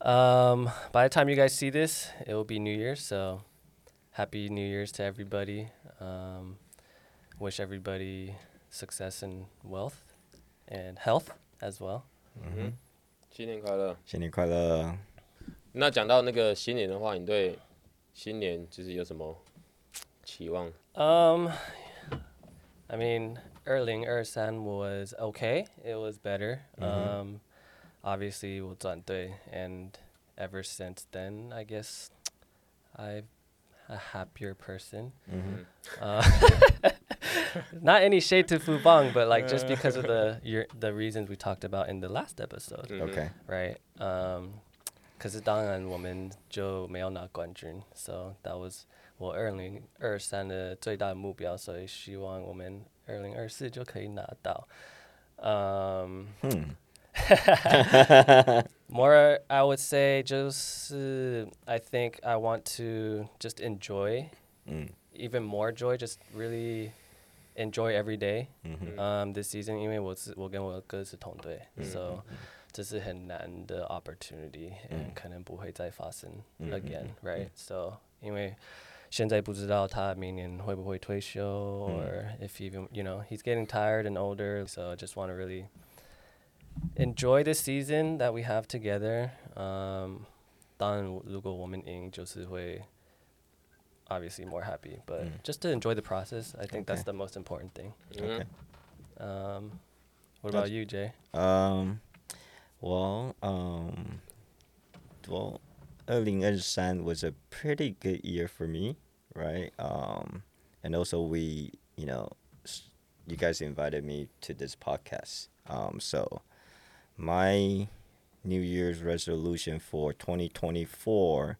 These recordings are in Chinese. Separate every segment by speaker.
Speaker 1: Um, by the time you guys see this, it will be New Year's. So, happy New Year's to everybody. Um, wish everybody success and wealth, and health as well.
Speaker 2: 新年快乐。
Speaker 3: 新年快乐！
Speaker 2: 那讲到那个新年的话，你对新年就是有什么期望？
Speaker 1: Um, I mean, Erling Ersan was okay. It was better. Um, obviously, with Zante, and ever since then, I guess I'm a happier person. Uh, not any shade to Fubang, but like just because of the your, the reasons we talked about in the last episode,
Speaker 3: OK，
Speaker 1: right? Um, 可是当然我们就没有拿冠军，so that was 我二零二三的最大的目标，所以希望我们 Er 二零二四就可以拿到。嗯、more I would say 就是 I think I want to just enjoy
Speaker 3: 嗯
Speaker 1: even more joy, just really enjoy every day
Speaker 3: 嗯哼
Speaker 1: um this season. 因为我是我跟我哥是同队、so 这是很难的 opportunity and 可能不会再发生 again, right? So 因为现在不知道他明年会不会退休 or if even you know he's getting tired and older, so I just want to really enjoy the season that we have together. Um, 当然，如果我们赢，就是会 obviously more happy, but just to enjoy the process, I think that's
Speaker 3: Okay.
Speaker 1: the most important thing.
Speaker 2: 嗯
Speaker 1: Um, what
Speaker 3: That's-
Speaker 1: about you, Jay?
Speaker 3: Um, well, um, well, 2023 was a pretty good year for me, right? Um, and also we, you know, s- you guys invited me to this podcast. Um, so my New Year's resolution for 2024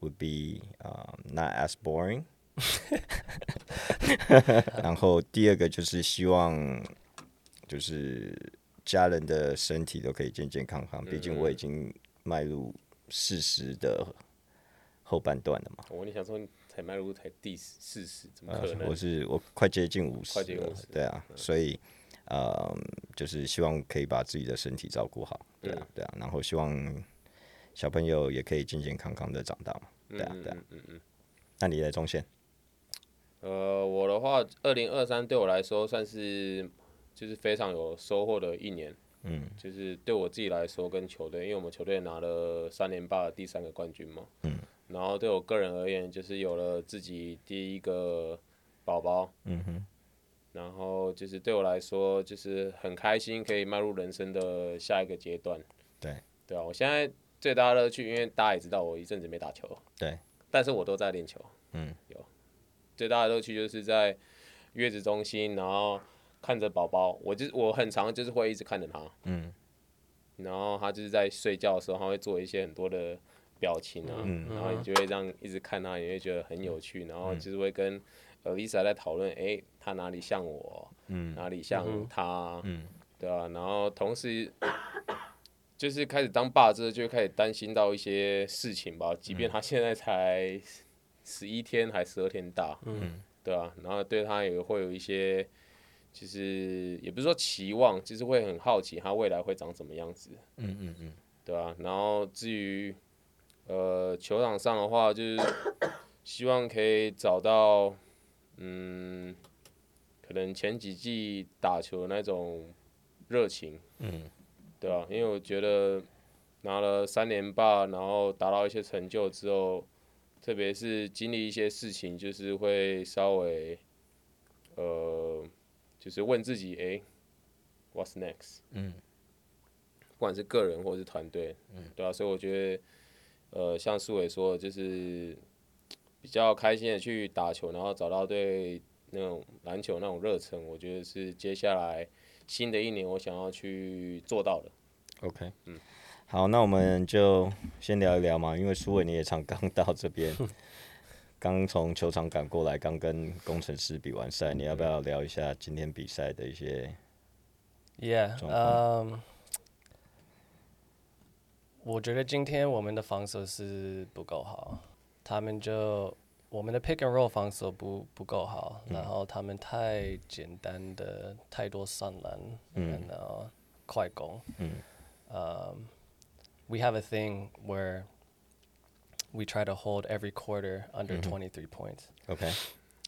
Speaker 3: would be um, not as boring. 然后第二个就是希望，就是家人的身体都可以健健康康，毕竟我已经迈入四十的后半段了嘛。
Speaker 2: 我跟你想说，你才迈入才第四十，怎么
Speaker 3: 呃
Speaker 2: 可能？
Speaker 3: 我是我快接近五十
Speaker 2: 快接近
Speaker 3: 了
Speaker 2: 50，
Speaker 3: 对啊，所以呃，就是希望可以把自己的身体照顾好，对啊，对啊，然后希望小朋友也可以健健康康的长大嘛，对啊，对啊，嗯嗯。那你的中线，
Speaker 2: 呃，我的话，二零二三对我来说算是就是非常有收获的一年。嗯，就是对我自己来说跟球队，因为我们球队拿了三连霸的第三个冠军嘛。嗯。然后对我个人而言，就是有了自己第一个宝宝。嗯哼。然后就是对我来说，就是很开心，可以迈入人生的下一个阶段。
Speaker 3: 对。
Speaker 2: 对啊，我现在最大的乐趣，因为大家也知道我一阵子没打球。
Speaker 3: 对。
Speaker 2: 但是我都在练球。
Speaker 3: 嗯，
Speaker 2: 有最大的乐趣就是在月子中心，然后看着宝宝，我就我很常就是会一直看着他，
Speaker 3: 嗯
Speaker 2: 然后他就是在睡觉的时候，他会做一些很多的表情啊，
Speaker 3: 嗯
Speaker 2: 然后你就会这样一直看他，你会觉得很有趣，然后就是会跟 Elisa 呃在讨论，诶，他哪里像我，
Speaker 3: 嗯
Speaker 2: 哪里像他，
Speaker 3: 嗯
Speaker 2: 对啊，然后同时就是开始当爸之后，就会开始担心到一些事情
Speaker 3: 嗯
Speaker 2: 吧。即便他现在才十一天还十二天大，
Speaker 1: 嗯，
Speaker 2: 对啊，然后对他也会有一些，就是也不是说期望，就是会很好奇他未来会长什么样子，
Speaker 3: 嗯嗯嗯
Speaker 2: 对啊，然后至于呃球场上的话，就是希望可以找到嗯，可能前几季打球的那种热情，
Speaker 3: 嗯
Speaker 2: 对啊，因为我觉得拿了三连霸，然后达到一些成就之后，特别是经历一些事情，就是会稍微呃，就是问自己，诶 w h a t s next？
Speaker 3: 嗯，
Speaker 2: 不管是个人或者是团队，嗯，对啊，所以我觉得，呃，像苏伟说的，就是比较开心的去打球，然后找到对那种篮球那种热忱，我觉得是接下来新的一年我想要去做到的。
Speaker 3: ，OK，嗯，好，那我们就先聊一聊嘛，因为苏伟你也常 刚到 这边，刚从球场赶过来，刚跟工程师比完赛，你要不要聊一下今天比赛的一些？
Speaker 1: Yeah.
Speaker 3: 状况。
Speaker 1: Um, 我觉得今天我们的防守是不够好，他们就我们的 pick and roll 防守不不够好，然后他们太简单的太多上篮，然后快攻，嗯， we have a thing where we try to hold every quarter under 23 points.
Speaker 3: Okay.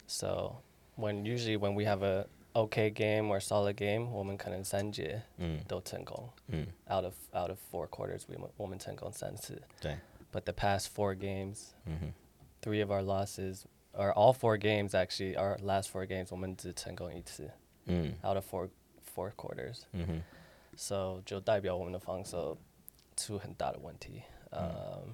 Speaker 1: So when usually when we have a okay game or solid game, 我们可能三节
Speaker 3: Mm.
Speaker 1: 都成功。
Speaker 3: Mm.
Speaker 1: Out of out of four quarters, we 我们成功三次。
Speaker 3: 对。
Speaker 1: But the past four games,
Speaker 3: Mhm.
Speaker 1: three of our losses, or all four games actually, our last four games, 我们只成功一次
Speaker 3: Mm.
Speaker 1: out of four four quarters.
Speaker 3: Mhm.
Speaker 1: So 就代表我们的防守出很大的问题。Um,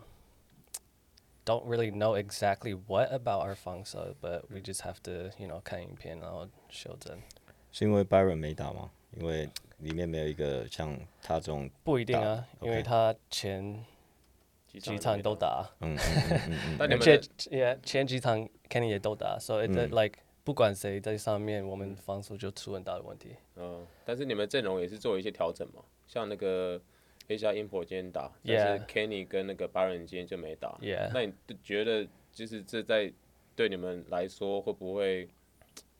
Speaker 1: don't really know exactly what about our 防守，but we just have to you know 看影片然后修正。
Speaker 3: 是因为 Byron 没打吗？因为里面没有一个像他这种，
Speaker 1: 不一定啊，
Speaker 3: 打
Speaker 1: 因为
Speaker 3: OK
Speaker 1: 他前几场都，打，
Speaker 3: 嗯嗯嗯嗯嗯
Speaker 2: 但你
Speaker 1: 而
Speaker 2: 们
Speaker 1: 且
Speaker 2: 的
Speaker 1: 也前几场肯定也都打，so it's a-
Speaker 3: 嗯
Speaker 1: like 不管谁在上面，我们防守就出很大的问题。
Speaker 2: 嗯，但是你们阵容也是做一些调整嘛，像那个 Asia Import 今天打
Speaker 1: Yeah
Speaker 2: 但是 Kenny 跟那个 Baron 今天就没打。
Speaker 1: Yeah
Speaker 2: 那你觉得就是这在对你们来说会不会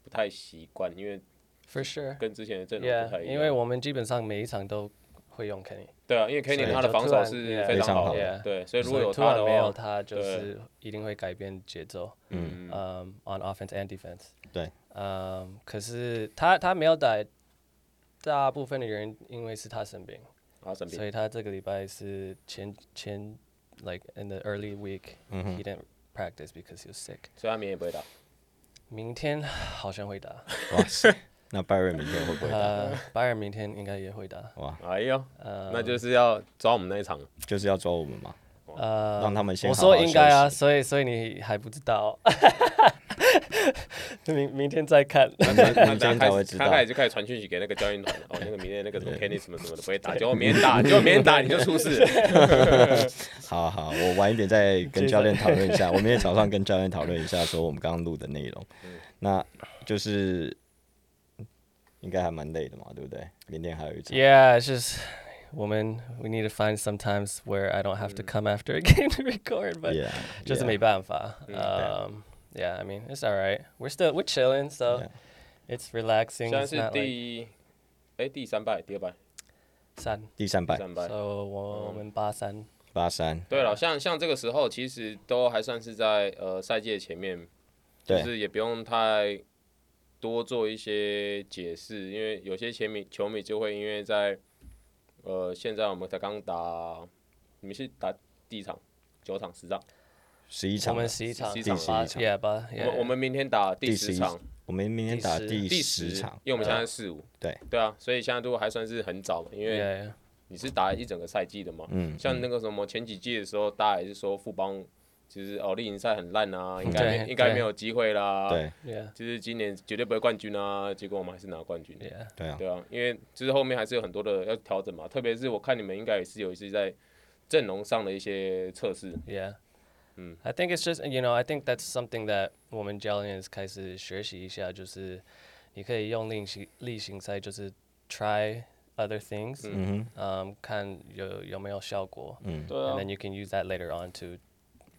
Speaker 2: 不太习惯？因为
Speaker 1: For sure.
Speaker 2: 跟之前的阵容不太
Speaker 1: Yeah，
Speaker 2: 一样。
Speaker 1: 因为我们基本上每一场都会用 Kenny。
Speaker 2: 对啊，因为 Kenny 他的防守是非常好
Speaker 1: 常
Speaker 3: 非
Speaker 2: 的
Speaker 1: 好，
Speaker 2: 对，所以如果
Speaker 1: 所以
Speaker 2: 有
Speaker 1: 突
Speaker 2: 他
Speaker 1: 然
Speaker 2: 的
Speaker 1: 没有
Speaker 2: 话，
Speaker 1: 他，就
Speaker 2: 对
Speaker 1: 是一定会改变节奏。
Speaker 2: 嗯，
Speaker 3: Mm.
Speaker 1: 嗯、o n um, offense and defense。Um,
Speaker 3: 对。
Speaker 1: 嗯，可是他他没有打，大部分的人因为是他生病，
Speaker 2: 他生
Speaker 1: 所
Speaker 2: 病，
Speaker 1: 以他这个礼拜是前前 like in the early week、he
Speaker 3: Mm-hmm.
Speaker 1: didn't practice because he was sick。
Speaker 2: 所以他明天也不会打。
Speaker 1: 明天 好像会打，Uh,
Speaker 3: 哇塞，那 Byron 明天会不会打？
Speaker 1: 呃，拜仁明天应该也会打。
Speaker 3: 哇，
Speaker 2: 哎呦，
Speaker 1: 呃，
Speaker 2: 那就是要抓我们那一 场了。
Speaker 3: 就是要抓我们嘛，
Speaker 1: 呃，
Speaker 3: 让他们先
Speaker 1: 我
Speaker 3: 好好
Speaker 1: 说应该啊，
Speaker 3: 休息
Speaker 1: 所以所以你还不知道， 明明天再看。
Speaker 3: 明
Speaker 2: 他
Speaker 3: 天才会知道
Speaker 2: 他。开始就开始传讯息给那个教练团了，哦，那个明天那个什么 Kenny 什么什么的不会打，结果明天打，结果明天打你就出事了。
Speaker 3: 好好，我晚一点再跟教练讨论一下。我明天早上跟教练讨论一下，说我们刚刚录的内容。那就是应该还蛮累的嘛，对不对？明天还有一场。
Speaker 1: Yeah, it's just woman. We need to find sometimes where I don't have to come after a game to record, but
Speaker 3: Mm. Yeah,
Speaker 1: just
Speaker 3: yeah.
Speaker 1: me banfa.
Speaker 3: Yeah.
Speaker 1: Um, yeah, I mean it's all right. We're still we're chilling, so
Speaker 3: Yeah.
Speaker 1: it's relaxing.
Speaker 2: 现在
Speaker 1: It's
Speaker 2: 是
Speaker 1: not like
Speaker 2: 第哎第三败，第二败，
Speaker 1: sad.
Speaker 3: 第三
Speaker 2: 第
Speaker 3: 百
Speaker 2: 三败。
Speaker 1: So 我们八三
Speaker 3: 八三，
Speaker 2: 对了，像像这个时候其实都还算是在呃赛季的前面，就
Speaker 3: 对，
Speaker 2: 是也不用太多做一些解释，因为有些球迷球迷就会因为在呃现在我们才刚打，你们是打第一场、九场、十场，
Speaker 3: 十一场了。啊
Speaker 1: 我们十一场
Speaker 2: 第11
Speaker 1: 八
Speaker 3: 场。
Speaker 1: Yeah, 八
Speaker 2: 我们我
Speaker 1: yeah.
Speaker 2: 们明天打第
Speaker 3: 哎第
Speaker 2: 十
Speaker 3: 11
Speaker 2: 场，
Speaker 3: 我们明天打
Speaker 1: 第十
Speaker 3: 第
Speaker 2: 第
Speaker 3: 十场。嗯
Speaker 2: 因为我们现在四五、
Speaker 3: 对
Speaker 2: 对啊，所以现在都还算是很早嘛，因
Speaker 1: Yeah,
Speaker 2: 为
Speaker 1: yeah.
Speaker 2: 你是打一整个赛季的嘛，
Speaker 3: 嗯
Speaker 2: 像那个什么前几季的时候，大家也是说富邦就是哦例行赛很烂啊，应该
Speaker 1: 对
Speaker 2: 没应该
Speaker 1: 对
Speaker 2: 没有机会啦，
Speaker 3: 嗯对
Speaker 1: Yeah.
Speaker 2: 就是今年绝对不会冠军啊，结果我们还是拿冠军，
Speaker 1: Yeah.
Speaker 3: 对啊，
Speaker 2: 对啊，因为就是后面还是有很多的要调整嘛，特别是我看你们应该也是有一些在阵容上的一些测试，
Speaker 1: Yeah.
Speaker 2: Mm.
Speaker 1: I think it's just you know I think that's something that 我们教练开始学习一下，就是你可以用例行例行赛，就是 try other things，
Speaker 3: 嗯
Speaker 1: 嗯、看有有没有效果、
Speaker 3: 嗯
Speaker 2: 对
Speaker 1: a
Speaker 2: 啊
Speaker 1: n d then you can use that later on to，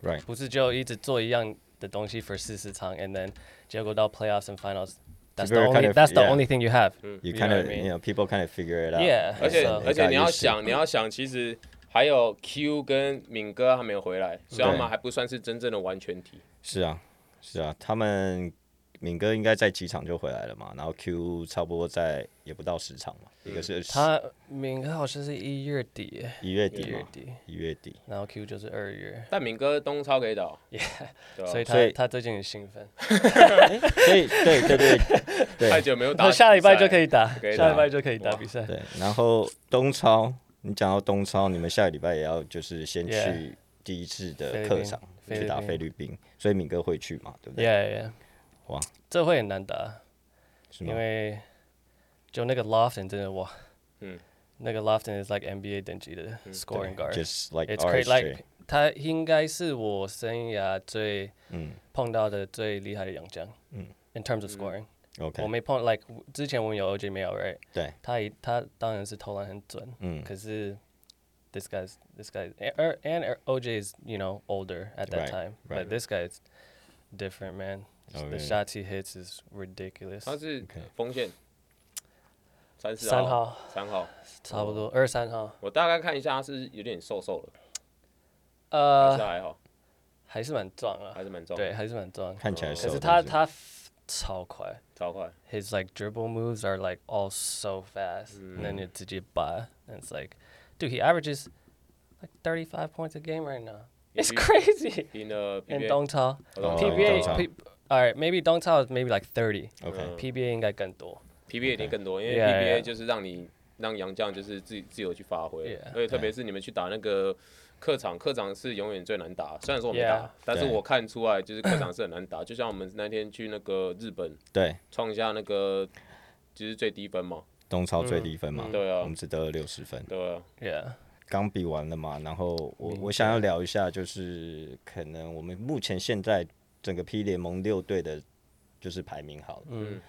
Speaker 3: 哼，right，
Speaker 1: 不是就一直做一样的东西 for 四十场，and then 结果到 playoffs and finals。That's
Speaker 3: It's
Speaker 1: the
Speaker 3: very
Speaker 1: only
Speaker 3: kind of-
Speaker 1: that's the
Speaker 3: yeah.
Speaker 1: only thing you have.
Speaker 3: you
Speaker 1: You know
Speaker 3: kind
Speaker 1: what Hmm. I
Speaker 3: of
Speaker 1: mean?
Speaker 3: you know people kind of figure it out。
Speaker 1: Yeah.
Speaker 2: 而且
Speaker 3: 啊
Speaker 1: So-
Speaker 2: 而且你要
Speaker 3: got used to
Speaker 2: 想，你要想，其实还有 Q 跟敏哥还没有回来，所以他们还不算是真正的完全体。
Speaker 3: 是啊，是啊，他们敏哥应该在几场就回来了嘛，然后 Q 差不多在也不到十场嘛，一个是
Speaker 1: 他敏哥好像是一月底，
Speaker 3: 一月
Speaker 1: 一
Speaker 3: 底
Speaker 1: 月
Speaker 3: 嘛，
Speaker 1: 底，
Speaker 3: 一月底，
Speaker 1: 然后 Q 就是二月。
Speaker 2: 但敏哥东超给倒，对啊
Speaker 1: 所以他
Speaker 3: 所以
Speaker 1: 他最近很兴奋，
Speaker 3: 所以对对对
Speaker 2: 太
Speaker 3: 对
Speaker 2: 久没有打
Speaker 1: 他
Speaker 2: 比赛，
Speaker 1: 下礼拜就可以打，
Speaker 2: 可以
Speaker 1: 下
Speaker 2: 打
Speaker 1: 礼拜就可以打
Speaker 2: 哇
Speaker 1: 比赛。
Speaker 3: 对，然后东超，你讲到东超，你们下个礼拜也要就是先
Speaker 1: Yeah
Speaker 3: 去第一
Speaker 1: 菲
Speaker 3: 次的
Speaker 1: 律
Speaker 3: 客
Speaker 1: 宾
Speaker 3: 场
Speaker 1: 菲
Speaker 3: 去
Speaker 1: 律
Speaker 3: 打
Speaker 1: 宾
Speaker 3: 菲律宾，所以敏哥会去嘛，对不对？
Speaker 1: Yeah, yeah.
Speaker 3: 哇，
Speaker 1: 这会很难打，
Speaker 3: 是吗
Speaker 1: 因？为就那个 Lofton 真的哇，
Speaker 2: 嗯
Speaker 1: 那个 Lofton is like NBA 等级的 scoring guard。
Speaker 3: Just like
Speaker 1: It's great,
Speaker 3: RSJ，
Speaker 1: like 他应该是我生涯最
Speaker 3: 嗯
Speaker 1: 碰到的最厉害的洋将。
Speaker 3: 嗯
Speaker 1: In terms of scoring，我
Speaker 3: ，OK，
Speaker 1: 没碰 like 之前我们有 OJ Mayo，right？
Speaker 3: 对，
Speaker 1: 他一他当然是投篮很准，
Speaker 3: 嗯
Speaker 1: 可是 this guy's this guy's and, and OJ is you know older at that
Speaker 3: Right,
Speaker 1: time,
Speaker 3: right.
Speaker 1: but this guy is different, man. Just
Speaker 3: Oh,
Speaker 1: the
Speaker 3: really?
Speaker 1: shots he hits is ridiculous.
Speaker 2: 他是
Speaker 3: OK
Speaker 2: 锋线，三四
Speaker 1: 三号
Speaker 2: 三号，
Speaker 1: 差不
Speaker 3: Oh.
Speaker 1: 多二三号，
Speaker 2: 我大概看一下，他是有点瘦瘦的，但是
Speaker 1: 呃，
Speaker 2: 还好，
Speaker 1: Uh, 还是蛮壮啊
Speaker 2: 还，是蛮壮，
Speaker 1: 对，，还是蛮壮。
Speaker 3: 看起来
Speaker 2: 可
Speaker 1: 可
Speaker 3: 瘦，
Speaker 1: 是他
Speaker 3: 但是
Speaker 1: 他超快
Speaker 2: 超快，
Speaker 1: ，his like dribble moves are like all so fast, and then it's a bar, and it's like, dude, he averages like 35 points a game right now. It's
Speaker 2: If you-
Speaker 1: crazy.
Speaker 2: In the
Speaker 1: And
Speaker 2: PBA
Speaker 1: Dong Tao,
Speaker 2: Oh,
Speaker 3: 哦
Speaker 1: PBA,
Speaker 3: Dong Tao
Speaker 1: P- all right, maybe Dong Tao is maybe like Mm. 30.
Speaker 3: OK，
Speaker 2: 嗯
Speaker 1: PBA 应该更多。
Speaker 2: PBA 一定更多，因为
Speaker 1: Yeah,
Speaker 2: PBA
Speaker 1: yeah.
Speaker 2: 就是让你让杨将就是自己自由去发挥
Speaker 1: Yeah.
Speaker 2: 而且特别是你们去打那个客场，客场是永远最难打。虽然说我没打
Speaker 1: Yeah.
Speaker 2: 但是
Speaker 3: 对
Speaker 2: 我看出来就是客场是很难打。就像我们那天去那个日本
Speaker 3: 对，
Speaker 2: 创下那个就是最低分嘛，
Speaker 3: 东超最低分
Speaker 1: 嗯
Speaker 3: 嘛，
Speaker 2: 对啊
Speaker 3: 我们只得了六十分。
Speaker 2: 对啊，
Speaker 1: Yeah.
Speaker 3: 刚比完了嘛，然后我我想要聊一下，就是可能我们目前现在整个 P 联盟六队的，就是排名好了，
Speaker 2: 嗯，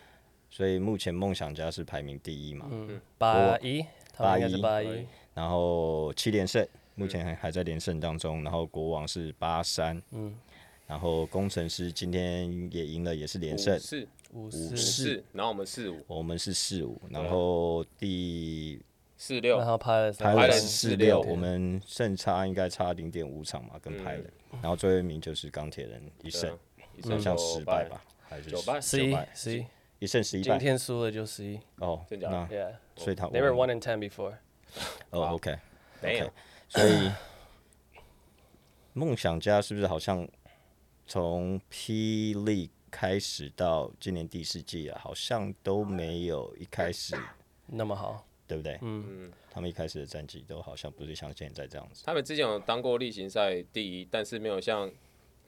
Speaker 3: 所以目前梦想家是排名第一嘛，
Speaker 1: 嗯，八一，他们应该是八
Speaker 2: 八
Speaker 1: 一
Speaker 2: 一。
Speaker 3: 然后七连胜，目前还还在连胜当中，然后国王是八三，
Speaker 1: 嗯，
Speaker 3: 然后工程师今天也赢了，也是连胜
Speaker 2: 五，四
Speaker 1: 五
Speaker 2: 五
Speaker 1: 四，
Speaker 3: 四
Speaker 2: 四，然后我们四五
Speaker 3: 我们是四五，然
Speaker 2: 对
Speaker 3: 后第
Speaker 2: 四
Speaker 1: 然
Speaker 2: 六，
Speaker 1: 后拍了
Speaker 3: 排
Speaker 1: 三
Speaker 3: 了
Speaker 2: 了
Speaker 3: 是
Speaker 1: 分，
Speaker 3: 四
Speaker 2: 46
Speaker 3: 六，我们胜差应该差零点五场嘛，跟排了，然后最后一名就是钢铁人一
Speaker 2: 对
Speaker 3: 胜
Speaker 2: 啊，一
Speaker 3: 好
Speaker 2: 胜
Speaker 3: 像
Speaker 2: 九
Speaker 3: 十败，吧，还
Speaker 2: 嗯
Speaker 3: 是
Speaker 2: 九败
Speaker 1: 十一
Speaker 3: 九败
Speaker 1: 十一，
Speaker 3: 一胜十一
Speaker 1: 今
Speaker 3: 败
Speaker 1: 天输了就十一。
Speaker 3: 哦，
Speaker 2: 真假
Speaker 3: 那
Speaker 1: Yeah,
Speaker 3: 所以他
Speaker 1: they were
Speaker 3: 我们
Speaker 1: one and ten before.
Speaker 3: 哦，OK，
Speaker 2: 没有，
Speaker 3: 所以梦想家是不是好像从霹雳开始到今年第四季啊，好像都没有一开始，
Speaker 1: 那么好，
Speaker 3: 对不对？
Speaker 2: 嗯，
Speaker 3: 他们一开始的战绩都好像不是像现在这样子，
Speaker 2: 他们之前有当过例行赛第一，但是没有像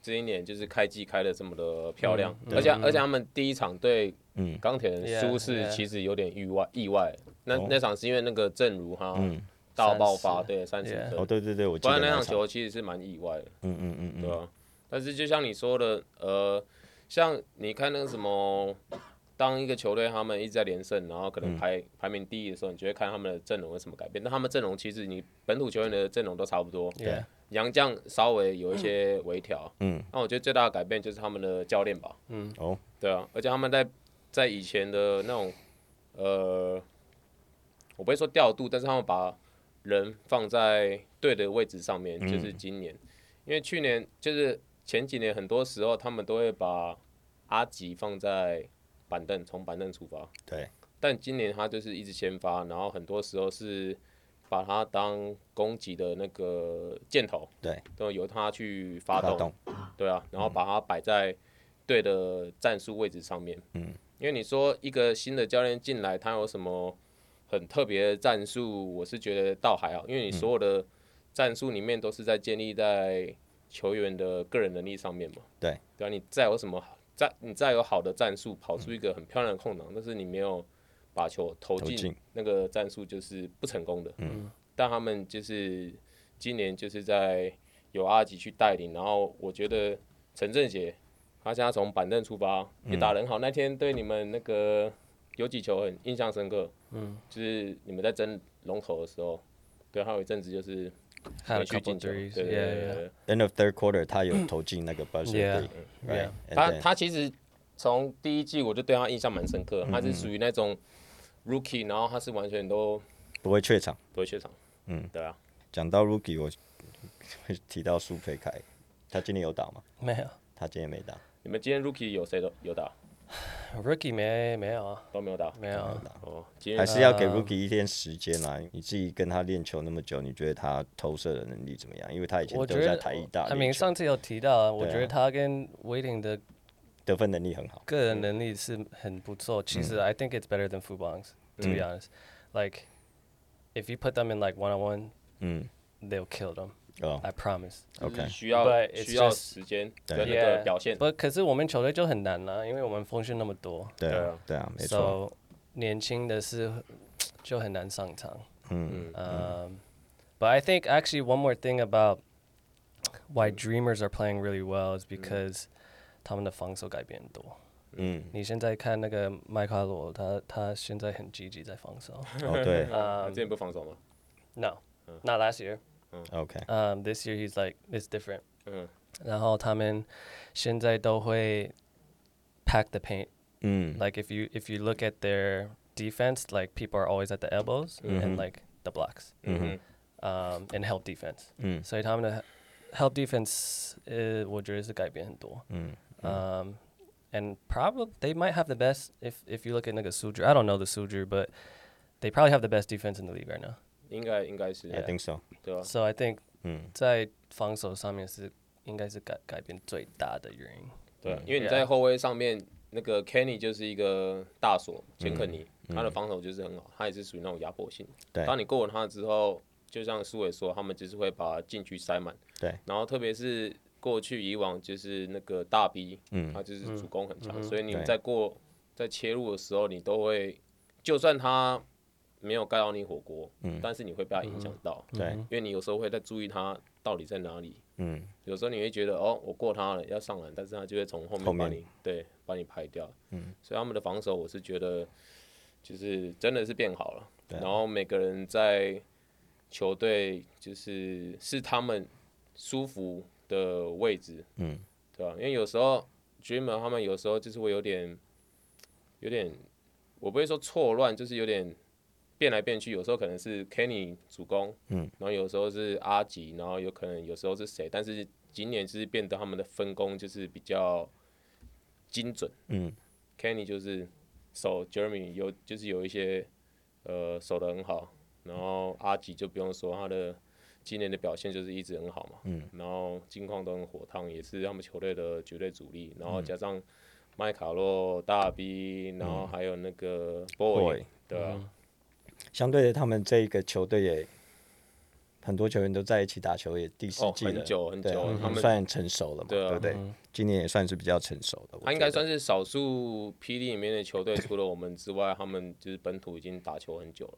Speaker 2: 这一年就是开季开的这么的漂亮，而且、而且他们第一场对
Speaker 3: 嗯
Speaker 2: 钢铁人
Speaker 1: Yeah,
Speaker 2: 输是
Speaker 1: yeah.
Speaker 2: 其实有点意外意外，那、
Speaker 3: 哦
Speaker 2: 那场是因为那个正如他
Speaker 3: 嗯，
Speaker 2: 大爆发，
Speaker 1: 30
Speaker 2: 对三十
Speaker 1: Yeah.
Speaker 2: 分
Speaker 3: 哦，对对对，我记
Speaker 2: 不
Speaker 3: 得
Speaker 2: 然那
Speaker 3: 那
Speaker 2: 场
Speaker 3: 一场，
Speaker 2: 球其实是蛮意外的，
Speaker 3: 嗯嗯嗯嗯，
Speaker 2: 对吧、啊但是就像你说的，呃，像你看那个什么。当一个球队他们一直在连胜，然后可
Speaker 3: 嗯
Speaker 2: 能排、排名第一的时候，你就会看他们的阵容有什么改变。但他们阵容其实你本土球员的阵容都差不多，
Speaker 1: yeah，
Speaker 2: 杨将稍微有一些微调，
Speaker 3: 嗯，
Speaker 2: 那我觉得最大的改变就是他们的教练吧，
Speaker 3: 哦，
Speaker 2: 对啊，而且他们在在以前的那种，呃，我不会说调度，但是他们把人放在对的位置上
Speaker 3: 嗯
Speaker 2: 面，就是今年，因为去年就是前几年很多时候他们都会把阿吉放在板凳，从板凳出发，
Speaker 3: 对，
Speaker 2: 但今年他就是一直先发，然后很多时候是把他当攻击的那个箭头，
Speaker 3: 对，
Speaker 2: 都由他去发
Speaker 3: 发
Speaker 2: 动，
Speaker 3: 动，
Speaker 2: 对啊，然后把它摆在对的战术位置上面，嗯，因为你说一个新的教练进来，他有什么很特别的战术，我是觉得倒还好，因为你所有的战术里面都是在建立在球员的个人能力上面嘛，
Speaker 3: 对，
Speaker 2: 对啊，你再有什么好再你再有好的战术，跑出一个很漂亮的空档，但是你没有把球投
Speaker 3: 投进
Speaker 2: 进，那个战术就是不成功的。嗯，但他们就是今年就是在有阿吉去带领，然后我觉得陈正杰他现在从板凳出发也打得很好，那天对你们那个有几球很印象深刻。嗯，就是你们在争龙头的时候，对，还有一阵子就是
Speaker 1: 还
Speaker 2: 连
Speaker 1: 有
Speaker 2: 续
Speaker 1: couple
Speaker 2: 进球，对
Speaker 1: threes，
Speaker 2: 对对
Speaker 1: yeah，yeah，
Speaker 2: 对
Speaker 3: end of third quarter，他有投进那个 buzzer
Speaker 1: Yeah.
Speaker 3: beater，
Speaker 1: Yeah.
Speaker 3: right？And
Speaker 2: 他
Speaker 3: then-
Speaker 2: 他其实从第一季我就对他印象蛮深刻，他是属于那种 rookie，然后他是完全都
Speaker 3: 不会怯场。
Speaker 2: 不会怯场。嗯，对啊，
Speaker 3: 讲到 Rookie，我会提到苏培凯，他今天有打吗？
Speaker 1: 没有
Speaker 3: 他今天没打，
Speaker 2: 你们今天 rookie 有谁都有打
Speaker 1: ，Rookie 没没有啊
Speaker 2: 都没有打？
Speaker 1: 没有啊，
Speaker 2: 哦，今天
Speaker 3: 还是要给 Rookie 一点时间啦。你自己跟他练球那么久，你觉得他投射的能力怎么样？因为他以前
Speaker 1: 我
Speaker 3: 都
Speaker 1: 觉
Speaker 3: 在
Speaker 1: 得
Speaker 3: 台艺大
Speaker 1: 阿
Speaker 3: 练
Speaker 1: 明
Speaker 3: 球
Speaker 1: 上次有提到啊，我
Speaker 3: 对啊
Speaker 1: 觉得他跟 Waiting 的
Speaker 3: 得分能力很好。
Speaker 1: 个人能力是很不错。其实 I think it's better than Fubang's to be honest. Like if you put them in like one on one,
Speaker 3: 嗯，
Speaker 1: they'll kill them.
Speaker 3: 哦，
Speaker 1: I promise.
Speaker 2: 就是
Speaker 3: OK
Speaker 2: 需
Speaker 1: But
Speaker 2: 要
Speaker 1: it's
Speaker 2: 需要
Speaker 1: just-
Speaker 2: 时间
Speaker 3: 对
Speaker 2: 跟那个表现。
Speaker 1: 不，可是我们球队就很难了，因为我们锋线那么多，
Speaker 3: 对
Speaker 2: 对
Speaker 3: 啊
Speaker 2: 啊，
Speaker 3: 对啊，没错，
Speaker 1: so 年轻的是就很难上场。
Speaker 3: 嗯
Speaker 1: Um, but I think actually one more thing about why Dreamers are playing really well is because 他们的防守改变多。
Speaker 3: 嗯，
Speaker 1: 你现在看那个麦卡罗，他他现在很积极在防守。
Speaker 3: 哦对
Speaker 2: 啊，之前不防守吗？
Speaker 1: No, not last year.
Speaker 3: ，OK，
Speaker 1: Um, this year he's like it's different.
Speaker 2: 嗯，
Speaker 1: 然后他们现在都会 pack the paint.
Speaker 3: 嗯 Mm-hmm.
Speaker 1: Like if you if you look at their defense, like people are always at the elbows
Speaker 3: Mhm.
Speaker 1: and like the blocks,
Speaker 2: Mm. 嗯
Speaker 3: Mhm.
Speaker 1: um, and help defense.
Speaker 3: 嗯
Speaker 1: 所以他们的 help defense，呃，我觉得是改变很多。
Speaker 3: 嗯
Speaker 1: Um, and probably they might have the best if if you look at 那个数据，I don't know the 数据，but they probably have the best defense in the league right now.
Speaker 2: 应该应该是啊
Speaker 3: ，I think so。
Speaker 2: 对吧？
Speaker 1: So I think
Speaker 3: 嗯
Speaker 1: 在防守上面是应该是改改变最大的原因。
Speaker 2: 对啊，因为你
Speaker 1: Yeah
Speaker 2: 在后卫上面，那个 Kenny 就是一个大锁，
Speaker 3: 嗯
Speaker 2: 钱肯尼，他的防守就是很好，他也是属于那种压迫性。
Speaker 3: 对
Speaker 2: 当你过了他之后，就像苏伟说，他们就是会把禁区塞满。
Speaker 3: 对。
Speaker 2: 然后特别是过去以往就是那个大 B，
Speaker 3: 嗯
Speaker 2: 他就是主攻很强，所以你
Speaker 3: 对
Speaker 2: 在过在切入的时候，你都会，就算他没有盖到你火锅，
Speaker 3: 嗯
Speaker 2: 但是你会被他影响到，
Speaker 3: 对
Speaker 2: 因为你有时候会在注意他到底在哪里。
Speaker 3: 嗯
Speaker 2: 有时候你会觉得哦，我过他了，要上篮，但是他就会从后
Speaker 3: 后
Speaker 2: 面
Speaker 3: 面
Speaker 2: 把你对把你拍掉。嗯，所以他们的防守，我是觉得就是真的是变好了。
Speaker 3: 啊
Speaker 2: 然后每个人在球队就是是他们舒服的位置，
Speaker 3: 嗯
Speaker 2: 对啊吧、因为有时候 Dreamer 他们有时候就是会有点有点，我不会说错乱，就是有点变来变去。有时候可能是 Kenny 主攻，
Speaker 3: 嗯，
Speaker 2: 然后有时候是阿吉，然后有可能有时候是谁，但是今年就是变得他们的分工就是比较精准。
Speaker 3: 嗯
Speaker 2: Kenny 就是守 Jeremy 有就是有一些呃守的很好，然后阿吉就不用说他的今年的表现就是一直很好嘛，嗯，然后近况都很火烫，也是他们球队的绝对主力，然后加上麦卡洛、大 B，然后还有那个嗯 Boy，、
Speaker 3: ，Boy，
Speaker 2: 对啊，
Speaker 3: 相对的，他们这个球队也很多球员都在一起打球，也第四
Speaker 2: 哦
Speaker 3: 季
Speaker 2: 很
Speaker 3: 了，
Speaker 2: 久很
Speaker 3: 对
Speaker 2: 久
Speaker 3: 啊
Speaker 2: 他们
Speaker 3: 算成熟了嘛，
Speaker 2: 对啊
Speaker 3: 对不对？今年也算是比较成熟的，我
Speaker 2: 他应该
Speaker 3: 觉得
Speaker 2: 算是少数霹雳里面的球队，除了我们之外，他们就是本土已经打球很久了。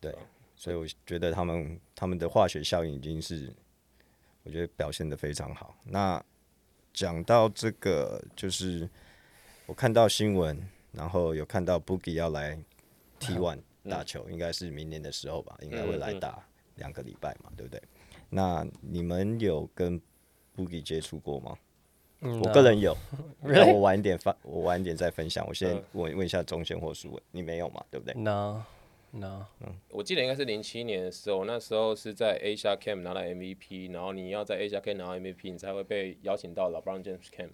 Speaker 3: 对，所以我觉得他们他们的化学效应已经是，我觉得表现的非常好。那讲到这个，就是我看到新闻，然后有看到 Boogie 要来 T One 打球，应该是明年的时候吧，应该会来打两个礼拜嘛，对不对？那你们有跟 Boogie 接触过吗？
Speaker 1: 嗯
Speaker 3: 我
Speaker 1: 那
Speaker 3: 个人有，但
Speaker 1: Really？
Speaker 3: 我晚一点发，我晚一点再分享。我先
Speaker 2: 嗯
Speaker 3: 问问一下中线或苏文，你没有嘛？ 对不对？
Speaker 1: no no
Speaker 2: 我记得应该是零七年的时候，那时候是在 Asia Camp 拿到 MVP，然后你要在 Asia Camp 拿到 MVP，你才会被邀请到 LeBron James Camp。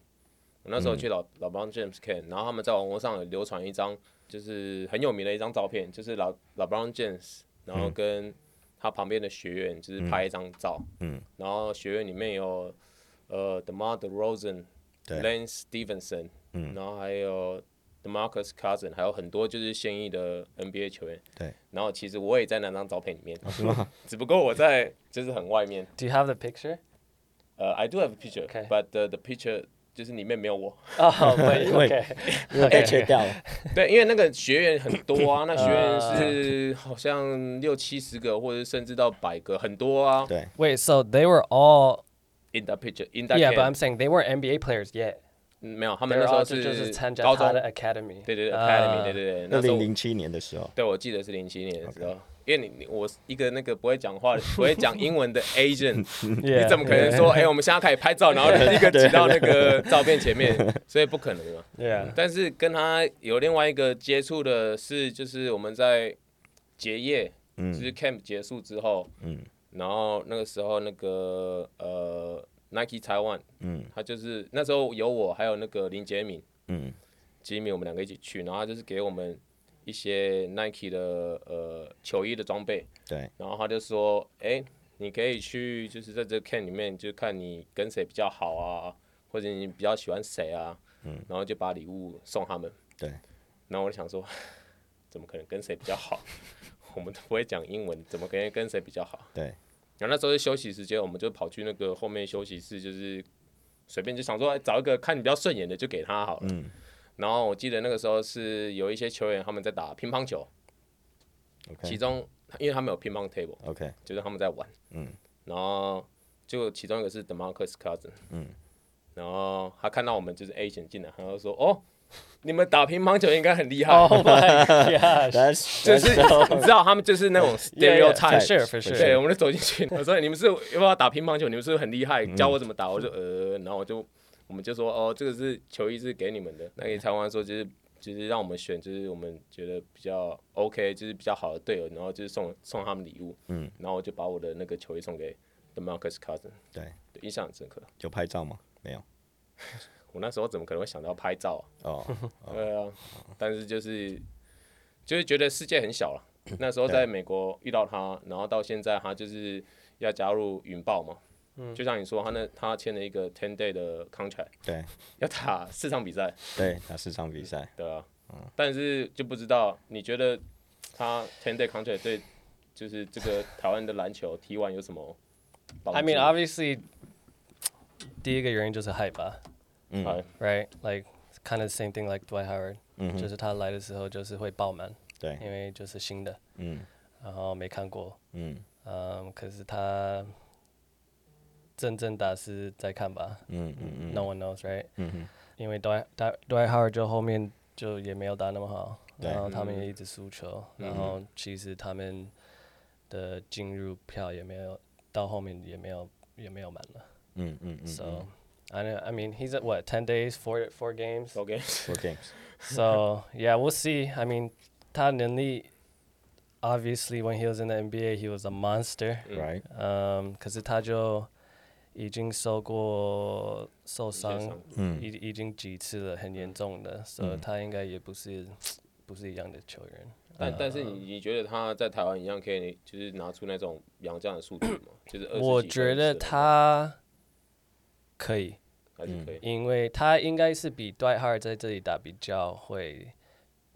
Speaker 2: 我那时候
Speaker 3: 嗯
Speaker 2: 去老、LeBron James Camp，然后他们在网络上有流传一张就是很有名的一张照片，就是老 LeBron James，然后跟他旁边的学员就是拍一张照，
Speaker 3: 嗯，
Speaker 2: 然后学院里面有呃 Demar Derozan、
Speaker 3: 对
Speaker 2: Lance Stevenson，嗯，然后还有 Demarcus Cousin，还有很多就是现役的 NBA 球员。
Speaker 3: 对，
Speaker 2: 然后其实我也在那张照片里面，
Speaker 3: 哦
Speaker 2: 只不过我在就是很外面。
Speaker 1: Do you have the picture?
Speaker 2: 呃、i do have a
Speaker 1: Okay
Speaker 2: picture，but、the the picture 就是里面没有我。
Speaker 1: Oh, wait,
Speaker 3: Wait.
Speaker 1: okay.
Speaker 3: 被哎切掉了。
Speaker 2: 对，因为那个学员很多啊，那学员是好像六七十个，或者甚至到百个，很多啊。
Speaker 3: 对，
Speaker 1: Wait, so they were all
Speaker 2: In that picture，in that
Speaker 1: yeah, but I'm
Speaker 2: camp，
Speaker 1: saying they weren't NBA players yet.
Speaker 2: 嗯没有，他们
Speaker 1: They
Speaker 2: 那
Speaker 1: were
Speaker 2: 时候
Speaker 1: all
Speaker 2: 是
Speaker 1: 就是参加
Speaker 2: 高
Speaker 1: 他
Speaker 2: 中
Speaker 1: 的 academy。
Speaker 2: 对对对
Speaker 1: 啊
Speaker 2: ，Academy，对对对，
Speaker 3: 二
Speaker 2: 那时候
Speaker 3: 零零七年的时候，
Speaker 2: 对，我记得是零七年的时候，因为你你我一个那个不会讲话、不会讲英文的 Asian，
Speaker 1: Uh, Yeah,
Speaker 2: 你怎么可能说，哎、我们现在开始拍照，然后立刻挤到那个照片前 面，所以不可能嘛。
Speaker 1: Yeah.
Speaker 2: 但是跟他有另外一个接触的是，就是我们在结业，就是 camp 结束之后，
Speaker 3: 嗯
Speaker 2: 然后那个时候那个呃 Nike Taiwan，
Speaker 3: 嗯
Speaker 2: 他就是那时候有我还有那个林杰敏，
Speaker 3: 嗯
Speaker 2: 吉米，我们两个一起去，然后他就是给我们一些 Nike 的呃球衣的装备，
Speaker 3: 对，
Speaker 2: 然后他就说，哎、你可以去就是在这个 can 里面，就看你跟谁比较好啊，或者你比较喜欢谁啊，嗯，然后就把礼物送他们，
Speaker 3: 对，
Speaker 2: 然后我就想说， 怎么可能跟谁比较好？ 我们都不会讲英文，怎么可能跟谁比较好？
Speaker 3: 对，
Speaker 2: 然后那时候是休息时间，我们就跑去那个后面休息室，就是随便就想说哎找一个看你比较顺眼的就给他好了。
Speaker 3: 嗯
Speaker 2: 然后我记得那个时候是有一些球员他们在打乒乓球，其
Speaker 3: OK
Speaker 2: 中因为他们有乒乓 table，
Speaker 3: OK，
Speaker 2: 就是他们在玩，
Speaker 3: 嗯，
Speaker 2: 然后就其中一个是 Demarcus Cousin，嗯，然后他看到我们就是 A 选进来，他就说哦，你们打乒乓球应该很厉害。
Speaker 1: Oh my gosh.
Speaker 3: 但
Speaker 2: 哦就是是 你知道他们就是那种
Speaker 1: For
Speaker 2: stereotype，
Speaker 1: sure, for
Speaker 2: 对，
Speaker 1: sure.
Speaker 2: 我们就走进去， 我说你们是要不要打乒乓球？你们是不是很厉害？教我怎么打？
Speaker 3: 嗯
Speaker 2: 我就呃，然后我就我们就说哦，这个是球衣是给你们的。那给台湾说就是就是让我们选，就是我们觉得比较 OK，就是比较好的队友，然后就是送送他们礼物，
Speaker 3: 嗯，
Speaker 2: 然后我就把我的那个球衣送给 Demarcus Cousin，
Speaker 3: 对，
Speaker 2: 对，印象很深刻。
Speaker 3: 有拍照吗？没有。
Speaker 2: 我那时候怎么可能会想到拍照、
Speaker 3: 哦，
Speaker 2: 啊？ 对啊，但是就是就是觉得世界很小了。啊那时候在美国遇到他，然后到现在他就是要加入云豹嘛，就像你说，他那他签了一个 ten day 的 contract，
Speaker 3: 对
Speaker 2: 要打四场比赛，
Speaker 3: 对，打四场比赛，
Speaker 2: 对啊，但是就不知道你觉得他 ten day contract 对就是这个台湾的篮球 T one 有什么帮助
Speaker 1: I mean, obviously, 第一个原因就是害怕。
Speaker 2: 哎
Speaker 1: right? Like kind of the same thing like Dwight Howard，、
Speaker 3: 嗯嗯哼
Speaker 1: 就是他来的时候就是会爆满，因
Speaker 3: 对，
Speaker 1: 为就是新的，
Speaker 3: 嗯
Speaker 1: 然后没看过，
Speaker 3: 嗯
Speaker 1: 嗯，可是他真正打是在看吧、
Speaker 3: 嗯嗯
Speaker 1: n o one knows right？
Speaker 3: 嗯哼，
Speaker 1: 因为 Dwight Dwight- Dwight Howard 就后面就也没有打那么好，
Speaker 3: 对
Speaker 1: 然后他们
Speaker 2: 嗯
Speaker 1: 也一直输球，然后其实他们的进入票也没有到后面也没有也没有满了、
Speaker 3: 嗯嗯嗯
Speaker 1: s o I know, I mean he's at what ten days four four games
Speaker 2: ，OK，
Speaker 3: ，Four games，
Speaker 1: So yeah, we'll see. I mean, Todd Ninley, obviously when he was in the NBA, he was a monster.
Speaker 3: right？
Speaker 1: Um, 可是他就已经受过受伤，
Speaker 3: 嗯。
Speaker 1: 已已经几次了，很严重的，所以、so 他应该也不是不是一样的球员。
Speaker 2: 但但
Speaker 1: 嗯
Speaker 2: 是你你觉得他在台湾一样可以，就是拿出那种洋将的数据 吗？就是二
Speaker 1: 我觉得他可以，
Speaker 2: 还是可
Speaker 3: 嗯
Speaker 2: 以，
Speaker 1: 因为他应该是比 Dwight Howard 在这里打比较会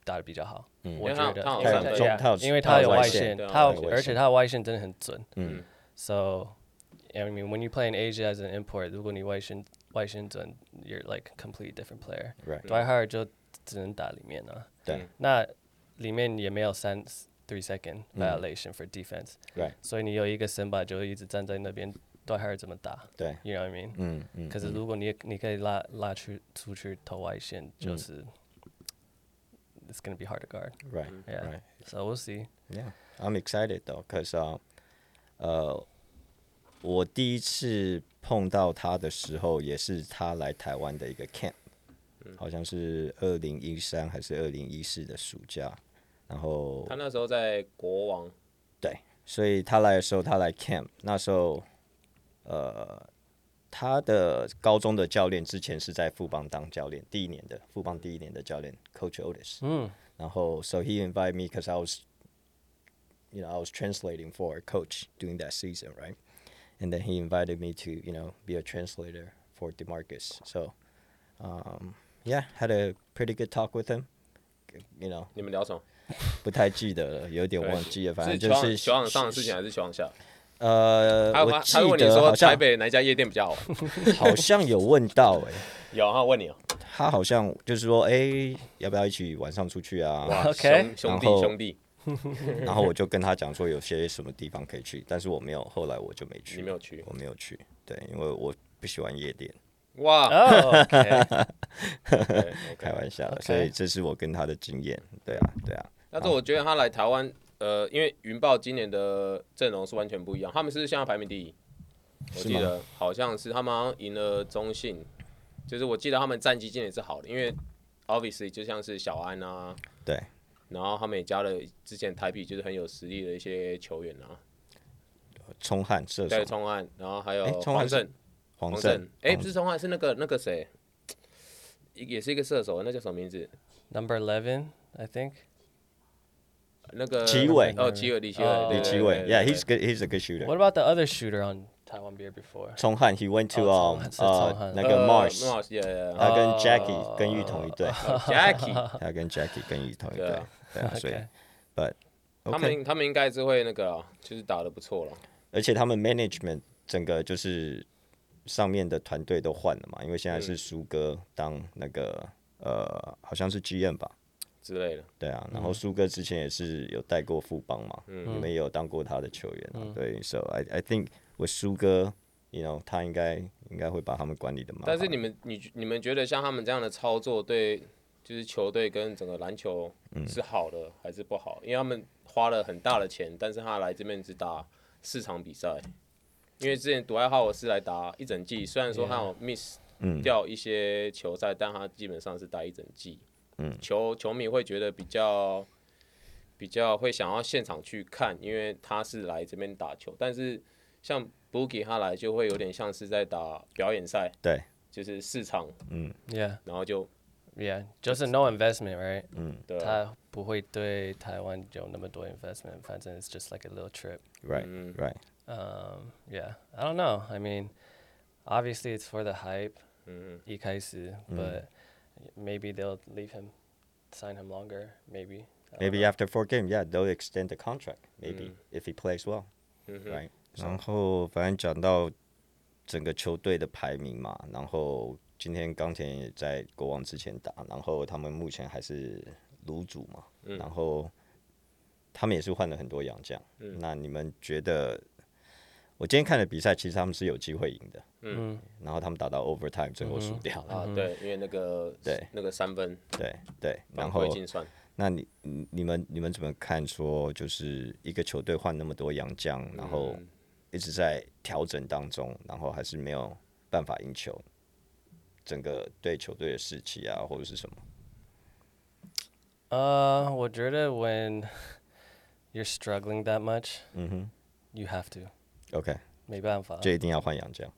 Speaker 1: 打的比较好，
Speaker 3: 嗯
Speaker 1: 我
Speaker 2: 因为他
Speaker 1: 觉得
Speaker 2: 他有
Speaker 1: 因为
Speaker 2: 三分
Speaker 1: 对啊
Speaker 3: 他有
Speaker 1: 因为
Speaker 3: 他有
Speaker 1: 有
Speaker 3: 外
Speaker 1: 外
Speaker 3: 线
Speaker 1: 线
Speaker 2: 对啊，
Speaker 1: 他
Speaker 3: 他有外
Speaker 1: 而
Speaker 3: 线
Speaker 1: 且他的外线真的很准。
Speaker 3: 嗯
Speaker 1: So I mean when you play in Asia as an import，如果你外线外线准，you're like complete different player。
Speaker 3: ，right？
Speaker 1: Dwight Howard 就只能打里面啊，
Speaker 3: 对
Speaker 2: 嗯
Speaker 1: 那里面也没有三 three second violation for defense，
Speaker 3: ，right？
Speaker 1: 所以你有一个身板就一直站在那边，Dwight Howard 怎么打
Speaker 3: 对，
Speaker 1: ？You know what I mean？
Speaker 3: 嗯嗯，
Speaker 1: 可是如果你你可以拉拉出出去投外线，就是、it's gonna be hard to guard. Yeah,
Speaker 3: ，right？right？
Speaker 1: so we'll see.
Speaker 3: Yeah, I'm excited though, cause uh, 呃，我第一次碰到他的时候，也是他来台湾的一个 camp，、好像是二零一三还是二零一四的暑假，然后
Speaker 2: 他那时候在国王，
Speaker 3: 对，所以他来的时候，他来 camp，那时候，呃，他的高中的教练之前是在富邦当教练，第一年的富邦第一年的教练 Coach Otis，
Speaker 1: 嗯
Speaker 3: 然后 so he invited me because I was you know I was translating for a coach during that season right and then he invited me to you know be a translator for DeMarcus so um yeah had a pretty good talk with him you know
Speaker 2: 你们聊什么？是球场球场上的事情还是球场下？他他他问你说台
Speaker 3: 呃不太记得，有点忘记了，反正就是呃，我记得好像
Speaker 2: 北哪一家夜店比较好玩？
Speaker 3: 好像有问到哎、
Speaker 2: 有他问你哦，
Speaker 3: 他好像就是说哎、要不要一起晚上出去啊？
Speaker 2: 哇
Speaker 1: OK
Speaker 2: 兄兄弟
Speaker 3: 然后
Speaker 2: 兄弟，
Speaker 3: 然后我就跟他讲说有些什么地方可以去，但是我没有，后来我就没去。
Speaker 2: 你没有去
Speaker 3: 我没有去，对，因为我不喜欢夜店，
Speaker 2: 哇，
Speaker 1: ，Oh OK，
Speaker 2: 对
Speaker 3: 开
Speaker 2: OK
Speaker 3: 玩笑的所以这是我跟他的经验。对啊，对啊，
Speaker 2: 但是我觉得他来台湾，呃，因为云豹今年的阵容是完全不一样，他们是现在排名第一，我记得好像是他们好像赢了中信，就是我记得他们战绩今年是好的，因为 obviously 就像是小安啊，
Speaker 3: 对，
Speaker 2: 然后他们也加了之前台啤就是很有实力的一些球员啊，
Speaker 3: 冲汉射
Speaker 2: 对，
Speaker 3: 手
Speaker 2: 冲汉，然后还有
Speaker 3: 哎冲汉
Speaker 2: 黄
Speaker 3: 是
Speaker 2: 胜，
Speaker 3: 黄
Speaker 2: 黄
Speaker 3: 胜哦
Speaker 2: 胜，，哎，不是冲汉，是那个那个谁，一也是一个射手，那叫什么名字？
Speaker 1: number eleven I think
Speaker 2: 那个
Speaker 3: 齐伟
Speaker 2: 哦，齐伟，李齐伟
Speaker 1: 哦，
Speaker 2: 对
Speaker 3: 李
Speaker 2: 对
Speaker 3: 奇
Speaker 2: 对
Speaker 3: 伟
Speaker 2: 对
Speaker 3: ，Yeah,
Speaker 2: 对
Speaker 3: he's good, he's a good shooter.
Speaker 1: What about the other shooter on Taiwan Beer before?
Speaker 3: 冲汉，He went to
Speaker 1: 哦冲
Speaker 3: um
Speaker 1: 汉是冲
Speaker 3: 呃
Speaker 1: 汉
Speaker 3: 那个 Mars，
Speaker 2: Mars，yeah，
Speaker 3: 他跟 Jackie 跟玉同一 队，
Speaker 2: Jackie，
Speaker 3: 他跟 Jackie 跟玉同一
Speaker 2: 对
Speaker 3: 队
Speaker 2: 啊，
Speaker 3: 对啊，所以
Speaker 1: OK
Speaker 3: ，But
Speaker 2: 他
Speaker 3: OK，
Speaker 2: 们他们应该是会那个啊，就是打的不错了。
Speaker 3: 而且他们 management 整个就是上面的团队都换了嘛，因为现在
Speaker 2: 嗯
Speaker 3: 是苏哥当那个呃好像是 GM 吧，
Speaker 2: 之类的，
Speaker 3: 对啊，
Speaker 2: 嗯
Speaker 3: 然后苏哥之前也是有带过富邦嘛，你们也有当过他的球员
Speaker 2: 嗯
Speaker 3: 啊，对，so I I think 我苏哥，you know，他应该应该会把他们管理的蛮好的。
Speaker 2: 但是你们你你们觉得像他们这样的操作对，就是球队跟整个篮球是好的还是不好？因为他们花了很大的钱，但是他来这边只打四场比赛，因为之前独爱号我是来打一整季，虽然说他有 miss 掉一些球赛，但他基本上是打一整季。
Speaker 3: 嗯
Speaker 2: 球球迷会觉得比较比较会想要现场去看，因为他是来这边打球，但是像 Boogie 他来就会有点像是在打表演赛，
Speaker 3: 对，
Speaker 2: 就是市场，
Speaker 1: Yeah,
Speaker 2: 然后就
Speaker 1: yeah. 就是 no investment, right?
Speaker 2: 对
Speaker 3: Uh.
Speaker 2: 啊，
Speaker 1: 他不会对台湾有那么多 investment. 反正 it's just like a little trip.
Speaker 3: right,
Speaker 2: 嗯
Speaker 3: right.
Speaker 1: Um, yeah. I don't know. I mean, obviously it's for the hype.
Speaker 2: 嗯，
Speaker 1: 一开始, but maybe they'll leave him, sign him longer. Maybe. I don't
Speaker 3: Maybe
Speaker 1: know.
Speaker 3: after four game, yeah, they'll extend the contract. Maybe if he plays well,
Speaker 2: 嗯哼
Speaker 3: right? 然后反正讲到整个球队的排名嘛，然后今天钢铁也在国王之前打，然后他们目前还是卤主嘛，然后他们也是换了很多洋将。那你们觉得？我今天看的比赛，其实他们是有机会赢的，
Speaker 1: 嗯，
Speaker 3: 然后他们打到 overtime，最后输掉了。
Speaker 2: 啊，对，因为那个
Speaker 3: 对
Speaker 2: 那个三分
Speaker 3: 对对，然
Speaker 2: 犯
Speaker 3: 后
Speaker 2: 规进算，
Speaker 3: 那你你你们你们怎么看？说就是一个球队换那么多洋将，然后
Speaker 1: 嗯
Speaker 3: 一直在调整当中，然后还是没有办法赢球，整个对球队的士气啊，或者是什么？
Speaker 1: Uh, 我觉得 when you're struggling that much,
Speaker 3: 嗯哼
Speaker 1: you have to.
Speaker 3: ，OK，
Speaker 1: 呃没办法。
Speaker 3: 就一定要换洋将。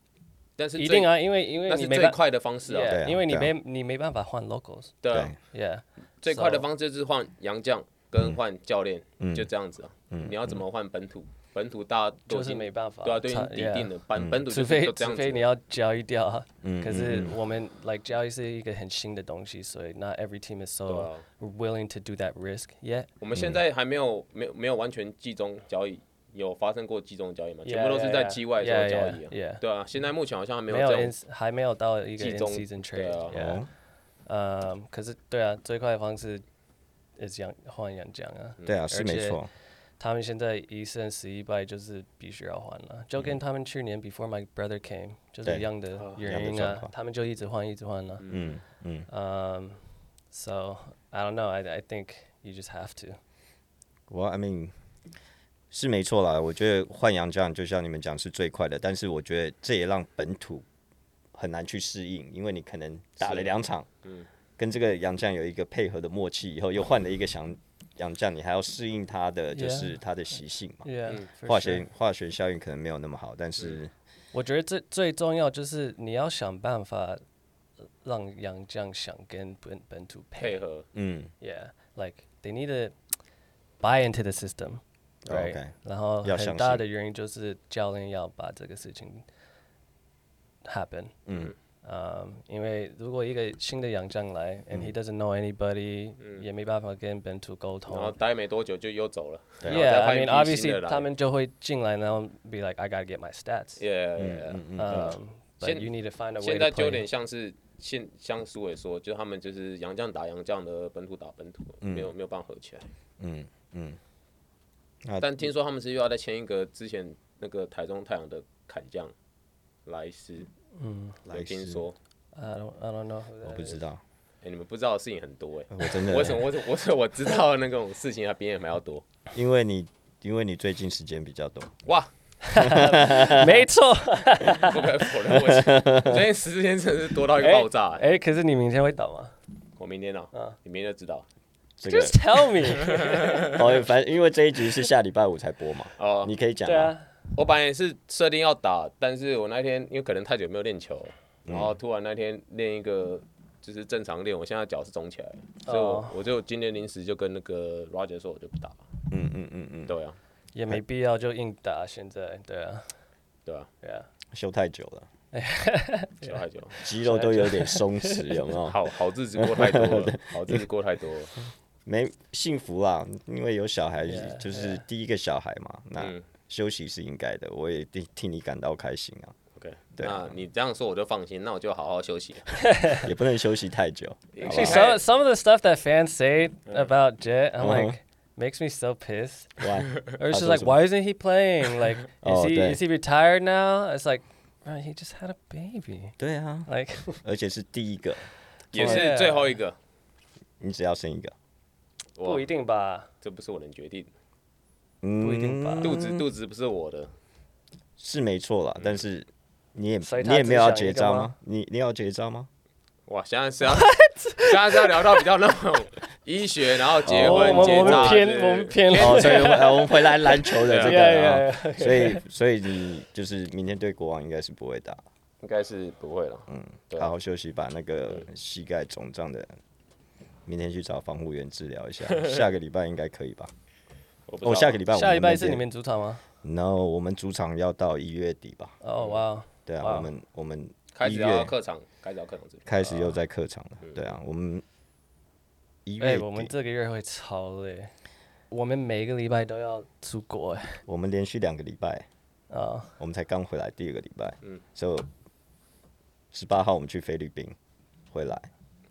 Speaker 2: 但是
Speaker 1: 一
Speaker 2: 最
Speaker 1: 定，啊，因为因为
Speaker 2: 那
Speaker 1: 你
Speaker 2: 是
Speaker 1: 没
Speaker 2: 最
Speaker 1: 办
Speaker 2: 快的方式啊，
Speaker 3: 对
Speaker 1: yeah,
Speaker 3: 啊
Speaker 1: 因为你
Speaker 3: 对
Speaker 1: 没
Speaker 3: 啊
Speaker 1: 你没办法换 locals，
Speaker 2: 对啊
Speaker 3: 对，
Speaker 1: yeah，
Speaker 2: 最快的
Speaker 1: so- 嗯
Speaker 2: 方式就是换洋将跟换教练，就这样子啊，你要怎么换本土？本土大家都
Speaker 1: 就
Speaker 2: 已
Speaker 1: 是
Speaker 2: 经
Speaker 1: 没办法，
Speaker 2: 对啊，都已
Speaker 1: 差
Speaker 2: 经底定
Speaker 1: yeah 嗯
Speaker 2: 了，本本土
Speaker 1: 除
Speaker 2: 就是
Speaker 1: 非
Speaker 2: 都这
Speaker 1: 除
Speaker 2: 样
Speaker 1: 非你
Speaker 2: 子。
Speaker 1: 要交易掉啊，
Speaker 3: 嗯
Speaker 1: 可是我们 like 交易是一个很新的东西，所以 not every team is
Speaker 2: 对
Speaker 1: so
Speaker 2: 啊
Speaker 1: willing to do that risk yet。
Speaker 2: 我们现在还没有没有没有完全集中交易，有发生过集中交易吗？
Speaker 1: Yeah,
Speaker 2: 全部都是在季外做
Speaker 1: yeah,
Speaker 2: 交
Speaker 1: yeah,
Speaker 2: 易啊
Speaker 1: yeah.。
Speaker 2: 对啊，现在目前好像还没有
Speaker 1: 没有
Speaker 2: 这
Speaker 1: in
Speaker 2: 种。
Speaker 1: 还没有到一个
Speaker 2: 季
Speaker 1: in
Speaker 2: 中
Speaker 1: season
Speaker 2: 对啊
Speaker 3: 哦
Speaker 1: trade，yeah，呃，可是对啊，最快的方式 is 养换洋将啊，
Speaker 3: 对啊，是没
Speaker 1: 而且
Speaker 3: 错。
Speaker 1: 他们现在一胜十一败，就是必须要换了，就跟他们去年 before my brother came 就是
Speaker 3: 对
Speaker 1: 一样的原
Speaker 3: 一样的
Speaker 1: 因
Speaker 3: 状
Speaker 1: 啊
Speaker 3: 况，
Speaker 1: 他们就一直换，一直换了。
Speaker 3: 嗯嗯，
Speaker 1: Um, so I don't know. I I think you just have to.
Speaker 3: 我 I mean 是没错啦。我觉得换洋将就像你们讲是最快的，但是我觉得这也让本土很难去适应，因为你可能打了
Speaker 2: 是
Speaker 3: 两场，跟这个洋将有一个配合的默契，以后又换了一个洋洋将，你还要适应他的就
Speaker 1: Yeah
Speaker 3: 是他的习性嘛。
Speaker 1: Yeah，、for
Speaker 3: 化
Speaker 1: sure.
Speaker 3: 学化学效应可能没有那么好，但是
Speaker 1: 我觉得最最重要就是你要想办法让杨绛想跟本本土
Speaker 2: 配
Speaker 1: 配。
Speaker 2: 合，
Speaker 3: 嗯
Speaker 1: Yeah, like they need to buy into the system,
Speaker 2: Oh，
Speaker 1: right?
Speaker 3: OK
Speaker 1: 然后
Speaker 3: 要
Speaker 1: 很
Speaker 3: 相
Speaker 1: 大
Speaker 3: 信
Speaker 1: 的原因就是教练要把这个事情 happen。
Speaker 3: 嗯
Speaker 1: 嗯，因为如果一个新的洋将来、a n d he doesn't know anybody，、也没办法跟本土沟通
Speaker 3: 哦
Speaker 2: 然，后待没多久就又走了。
Speaker 3: 啊
Speaker 2: 然后再
Speaker 1: Yeah,
Speaker 2: 换
Speaker 1: I
Speaker 2: 一
Speaker 1: mean,
Speaker 2: 批新
Speaker 1: obviously,
Speaker 2: 的来
Speaker 1: 他们就会进来，然后 be like, I gotta get my stats.
Speaker 2: Yeah, yeah,
Speaker 3: 嗯
Speaker 2: yeah.
Speaker 3: 嗯嗯，
Speaker 1: Um, but
Speaker 2: 现
Speaker 1: you need to find a way
Speaker 2: 现在
Speaker 1: to
Speaker 2: 就有
Speaker 1: play.
Speaker 2: 点像是现像苏伟说，就他们就是洋将打洋将的，本土打本土，没有没有办法合起来。
Speaker 3: 嗯嗯，啊
Speaker 2: 但听说他们是又要再签一个之前那个台中太阳的砍将莱斯，
Speaker 3: 嗯莱
Speaker 2: 我听
Speaker 3: 斯
Speaker 2: 说，
Speaker 1: I don't, I don't know. who that
Speaker 3: 我不
Speaker 1: is.
Speaker 3: 知道，
Speaker 2: 哎、你们不知道的事情很多哎、
Speaker 3: 我真的
Speaker 2: 为什么？我怎我怎我知道的那种事情还比你们还要多？
Speaker 3: 因为你因为你最近时间比较多，
Speaker 2: 哇，
Speaker 1: 没错。
Speaker 2: 不可否认，我我最近时间真的是多到一个爆炸、哎，
Speaker 1: 哎，可是你明天会打吗
Speaker 2: 我明天啊，
Speaker 1: 嗯
Speaker 2: 你明天就知道。
Speaker 3: 这个
Speaker 1: ？Just tell me.
Speaker 3: 哦，反正因为这一局是下礼拜五才播嘛，
Speaker 2: 哦
Speaker 3: 你可以讲
Speaker 1: 对啊，
Speaker 2: 我本来也是设定要打，但是我那天因为可能太久没有练球了，
Speaker 3: 嗯
Speaker 2: 然后突然那天练一个就是正常练，我现在脚是肿起来了，所以我、
Speaker 1: 哦
Speaker 2: 我就今天临时就跟那个 Roger 说我就不打了。
Speaker 3: 嗯嗯嗯嗯，
Speaker 2: 对啊，
Speaker 1: 也没必要就硬打。现在，对啊，
Speaker 2: 对啊，
Speaker 1: 对啊。
Speaker 3: 休太久了，
Speaker 2: 小太久，
Speaker 3: 肌肉都有点松弛，有没 有？
Speaker 2: 好好日子过太多 了，好日子过太多了。
Speaker 3: 没幸福啦，因为有小孩
Speaker 1: Yeah,
Speaker 3: 就是第一个小孩嘛， 那
Speaker 2: 嗯
Speaker 3: 休息是应该的，我也替替你感到开 心啊，
Speaker 2: OK，
Speaker 3: 对
Speaker 2: 那你这样说我就放心，那我就好好休 息。
Speaker 3: 也不能休息太久，好不
Speaker 2: Actually,
Speaker 1: Some
Speaker 2: Hey.
Speaker 1: some of the stuff that fans say about Jet, I'm
Speaker 3: Uh-huh.
Speaker 1: like. Makes me so pissed.
Speaker 3: 好哇
Speaker 1: Or it's just
Speaker 3: thought
Speaker 1: like,
Speaker 3: so.
Speaker 1: why isn't he playing? Like, is
Speaker 3: Oh,
Speaker 1: he
Speaker 3: dang.
Speaker 1: is he retired now? It's like, bro, he just had a baby.
Speaker 3: 对啊，
Speaker 1: Like,
Speaker 3: 而且是第一个，
Speaker 2: 也是最后一个，
Speaker 3: 你只要生一个，
Speaker 2: 我
Speaker 1: 不一定吧。
Speaker 2: 这不是我能决定，
Speaker 3: 嗯，
Speaker 1: 不一定吧
Speaker 2: 肚子肚子不是我的，
Speaker 3: 是没错啦，但是你也
Speaker 1: 所以嗯
Speaker 3: 你
Speaker 1: 他
Speaker 3: 也
Speaker 1: 只
Speaker 3: 没有要
Speaker 1: 想一
Speaker 3: 结
Speaker 1: 个
Speaker 3: 扎
Speaker 1: 吗
Speaker 3: 吗？你你要结扎吗？
Speaker 2: 哇，现在是要现在是要聊到比较那种医学，然后结
Speaker 1: Oh,
Speaker 3: 哦
Speaker 2: 婚
Speaker 3: 我们
Speaker 2: 结
Speaker 3: 我们
Speaker 2: 扎之类
Speaker 1: 偏
Speaker 2: 的，
Speaker 1: 我们偏
Speaker 3: 哦，所以我们呃我们回来篮球的 这
Speaker 1: Yeah, yeah,
Speaker 3: 个啊
Speaker 1: yeah, yeah.
Speaker 3: 所以所以你就是明天对国王应该是不会打，
Speaker 2: 应该是不会了。嗯，对啊
Speaker 3: 好好休息，把那个膝盖肿胀的，明天去找防护员治疗 一下，下个礼拜应该可以吧？
Speaker 2: 我不知道
Speaker 3: 哦，下个礼拜我
Speaker 1: 下礼拜
Speaker 3: 那
Speaker 1: 是你
Speaker 3: 边
Speaker 1: 们主场吗？
Speaker 3: ，no，我们主场要到一月底吧？
Speaker 1: 哦，哇，
Speaker 3: 对啊，
Speaker 1: 哇
Speaker 3: 我们我们
Speaker 2: 开
Speaker 3: 一
Speaker 2: 始要
Speaker 3: 月
Speaker 2: 客场，开始要客场这边。
Speaker 3: 开始又在客场了，对啊，我们一
Speaker 1: 哎，
Speaker 3: 月
Speaker 1: 我们
Speaker 3: 底，
Speaker 1: 这个月会超累，我们每个礼拜都要出国哎，
Speaker 3: 我们连续两个礼拜，
Speaker 1: 啊，
Speaker 3: 我们才刚回来第二个礼拜，嗯，所以十八号我们去菲律宾回来，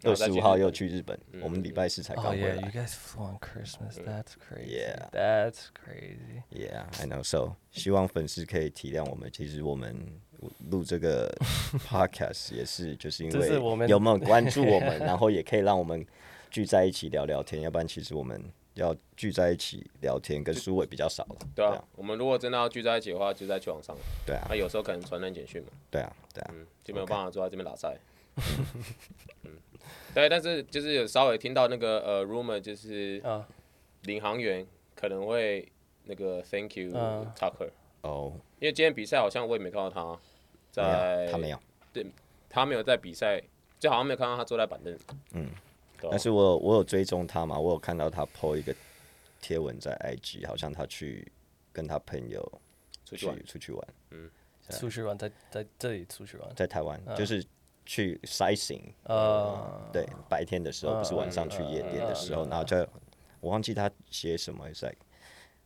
Speaker 2: 然
Speaker 3: 二
Speaker 2: 后再去
Speaker 3: 十
Speaker 2: 日
Speaker 3: 五号
Speaker 2: 本嗯
Speaker 3: 又去日本，我们礼拜四才刚
Speaker 1: oh
Speaker 3: 回
Speaker 1: yeah, you
Speaker 3: 来
Speaker 1: guys flew on Christmas. That's crazy.
Speaker 3: Yeah.
Speaker 1: That's crazy.
Speaker 3: ，Yeah，I know so，希望粉丝可以体谅我们，其实我们录 这个 podcast 也是就是因
Speaker 1: 这是我
Speaker 3: 为
Speaker 1: 们
Speaker 3: 有没有关注我 们，然后也可以让我们聚在一起聊聊天，要不然其实我们要聚在一起聊天跟苏伟比较少了，
Speaker 2: 对啊，我们如果真的要聚在一起的话，就在球场上。
Speaker 3: 对啊
Speaker 2: 那有时候可能传单简讯嘛，
Speaker 3: 对啊，对啊，
Speaker 2: 嗯，就没有办法坐在这边打 赛。嗯，对，但是就是有稍微听到那个呃 rumor，就是
Speaker 1: 啊
Speaker 2: 领航员可能会那个 thank you
Speaker 1: 嗯
Speaker 2: Tucker，
Speaker 3: 哦，
Speaker 2: 因为今天比赛好像我也没看到他
Speaker 3: 没
Speaker 2: 在，哦
Speaker 3: 有，他没有。
Speaker 2: 他没有在比赛，就好像没有看到他坐在板凳。嗯，
Speaker 3: 但是我我有追踪他嘛，我有看到他 PO 一个贴文在 IG，好像他去跟他朋友
Speaker 2: 出
Speaker 3: 去
Speaker 2: 去玩，
Speaker 3: 出去玩，
Speaker 1: 出去玩，在在这里出去玩。
Speaker 3: 在台湾、就是去 sightseeing，、
Speaker 1: 呃，
Speaker 3: 对，白天的时候、不是晚上去夜店的时候，然后就我忘记他写什么，it's like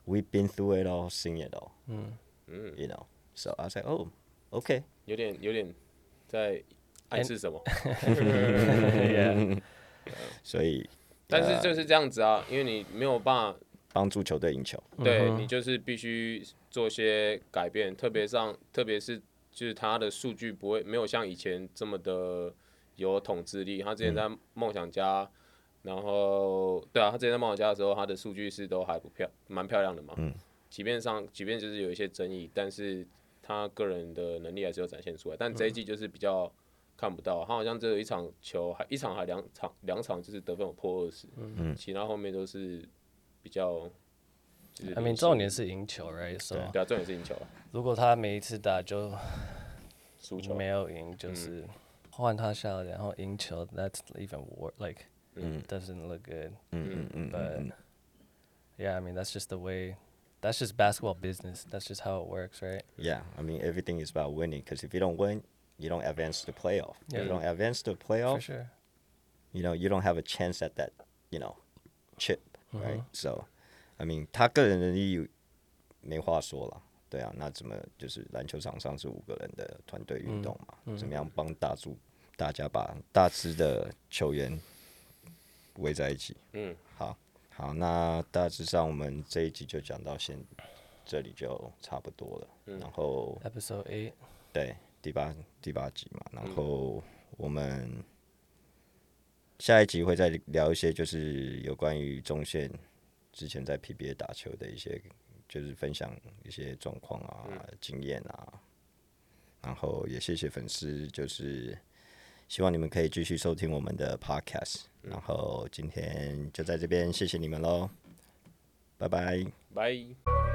Speaker 3: we've been through it all, seen it all，嗯嗯，you know，so I said oh okay，
Speaker 2: 有点有点在暗示什么。
Speaker 3: 所以
Speaker 2: 但是就是这样子啊，因为你没有办法，
Speaker 3: 帮助球队赢球，
Speaker 2: 对你就是必须做些改变，特别上特别是就是他的数据不会没有像以前这么的有统治力，他之前在梦想家。然后，对啊，他之前在梦想家的时候，他的数据是都还不漂，蛮漂亮的嘛。嗯。即便上，即便就是有一些争议，但是他个人的能力还是有展现出来。但这一季就是比较看不到，他好像只有一场球，还一场还两场，两场就是得分有破二十。嗯。其他后面都是比较，就是。
Speaker 1: I mean，重点。是赢球，right？So，
Speaker 2: 对啊，重点是赢球啊，
Speaker 1: 如果他每一次打就
Speaker 2: 输球。
Speaker 1: 没有赢，就是换他下来，然后赢球，that's even worse. Like, doesn't look good.
Speaker 3: 嗯嗯嗯
Speaker 1: But yeah, I mean, that's just the way. That's just basketball business. That's just how it works, right?
Speaker 3: Yeah, I mean everything is about winning. Because if you don't win, you don't advance to the playoff. If
Speaker 1: Yeah.
Speaker 3: you don't advance to the
Speaker 1: For
Speaker 3: playoff,
Speaker 1: sure.
Speaker 3: you know you don't have a chance at that, you know, chip, right? So, I mean 他个人能力没话说了。对啊，那怎么就是篮球场上是五个人的团队运动嘛？怎么样帮大助大家把大只的球员围在一起？
Speaker 2: 嗯，
Speaker 3: 好，好，那大致上我们这一集就讲到现这里就差不多了。然后
Speaker 1: Episode eight.
Speaker 3: 对，第八第八集嘛，然后我们下一集会再聊一些，就是有关于中线之前在 PBA 打球的一些，就是分享一些状况啊、经验啊，然后也谢谢粉丝，就是希望你们可以继续收听我们的 Podcast，、然后今天就在这边谢谢你们喽，拜拜。
Speaker 2: 拜。